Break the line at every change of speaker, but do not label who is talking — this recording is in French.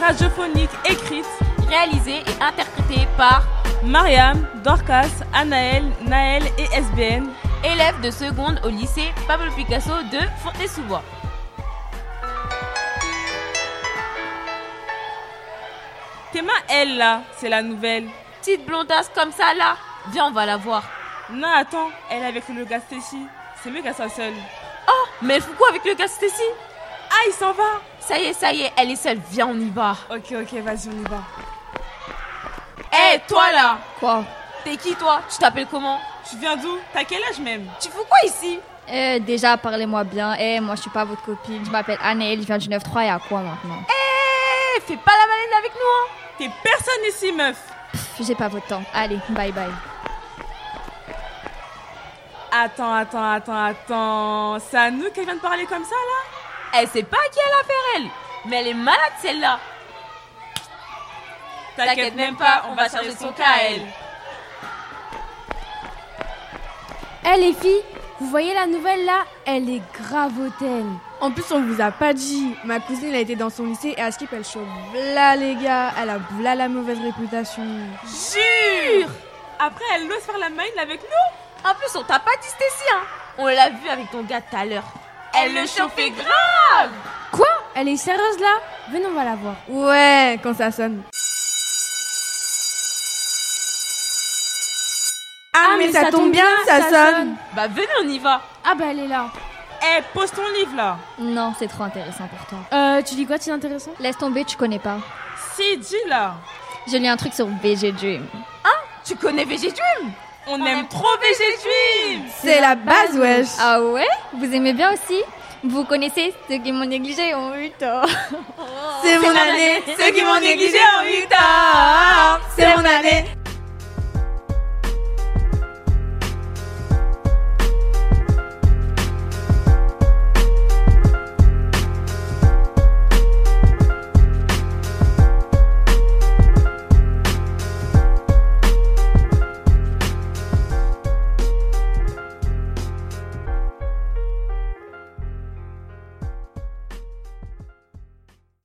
radiophonique écrite
réalisée et interprétée par
Mariam, Dorcas, Anaël, Naël et SBN.
élève de seconde au lycée Pablo Picasso de Fontenay-sous-Bois.
T'es ma elle là, c'est la nouvelle.
Petite blondasse comme ça là, viens on va la voir.
Non, attends, elle est avec le gars Stéchi. C'est mieux qu'elle soit seule.
Oh, mais elle fout quoi avec le gars Stacy
Ah, il s'en va
Ça y est, ça y est, elle est seule, viens on y va.
Ok, ok, vas-y, on y va.
Hé, Eh, toi là
Quoi
T'es qui toi Tu t'appelles comment
Tu viens d'où T'as quel âge même
Tu fous quoi ici
Eh, déjà, parlez-moi bien. Eh, moi, je suis pas votre copine. Je m'appelle Annelle, je viens du 9-3 et à quoi maintenant
Eh, fais pas la malade avec nous hein
T'es personne ici, meuf
Pff, Eh, J'ai pas votre temps. Allez, bye bye.
Attends, attends, attends, attends. C'est à nous qu'elle vient de parler comme ça là
Elle sait Eh, pas à qui elle a affaire elle Mais elle est malade celle-là T'inquiète même pas, on va changer son cas à elle.
Eh les filles, vous voyez la nouvelle là Elle est grave hautaine.
En plus, on vous a pas dit. Ma cousine, elle était dans son lycée et à Skip, elle chauffe. V'là, les gars, elle a v'là la mauvaise réputation.
Jure Après, elle ose faire la maline avec nous
En plus, on t'a pas dit Stacy hein On l'a vu avec ton gars tout à l'heure. Elle le chauffait grave
Quoi Elle est sérieuse là Venez, on va la voir.
Ouais, quand ça sonne. Ah, mais, ça, tombe bien, ça, sonne.
Bah venez, on y va
Ah bah elle est là.
Eh, pose ton livre là
Non, c'est trop intéressant pour toi.
Euh, tu dis quoi, c'est intéressant
Laisse tomber, tu connais pas.
Si, dis là
J'ai lu un truc sur VG Dream.
Tu connais Végétume
On, aime, trop BG
C'est la base, wesh.
Ah ouais Vous aimez bien aussi Vous connaissez ceux qui m'ont négligé ont eu tort.
c'est mon année.
Ceux qui m'ont négligé en 8 ans
C'est mon année.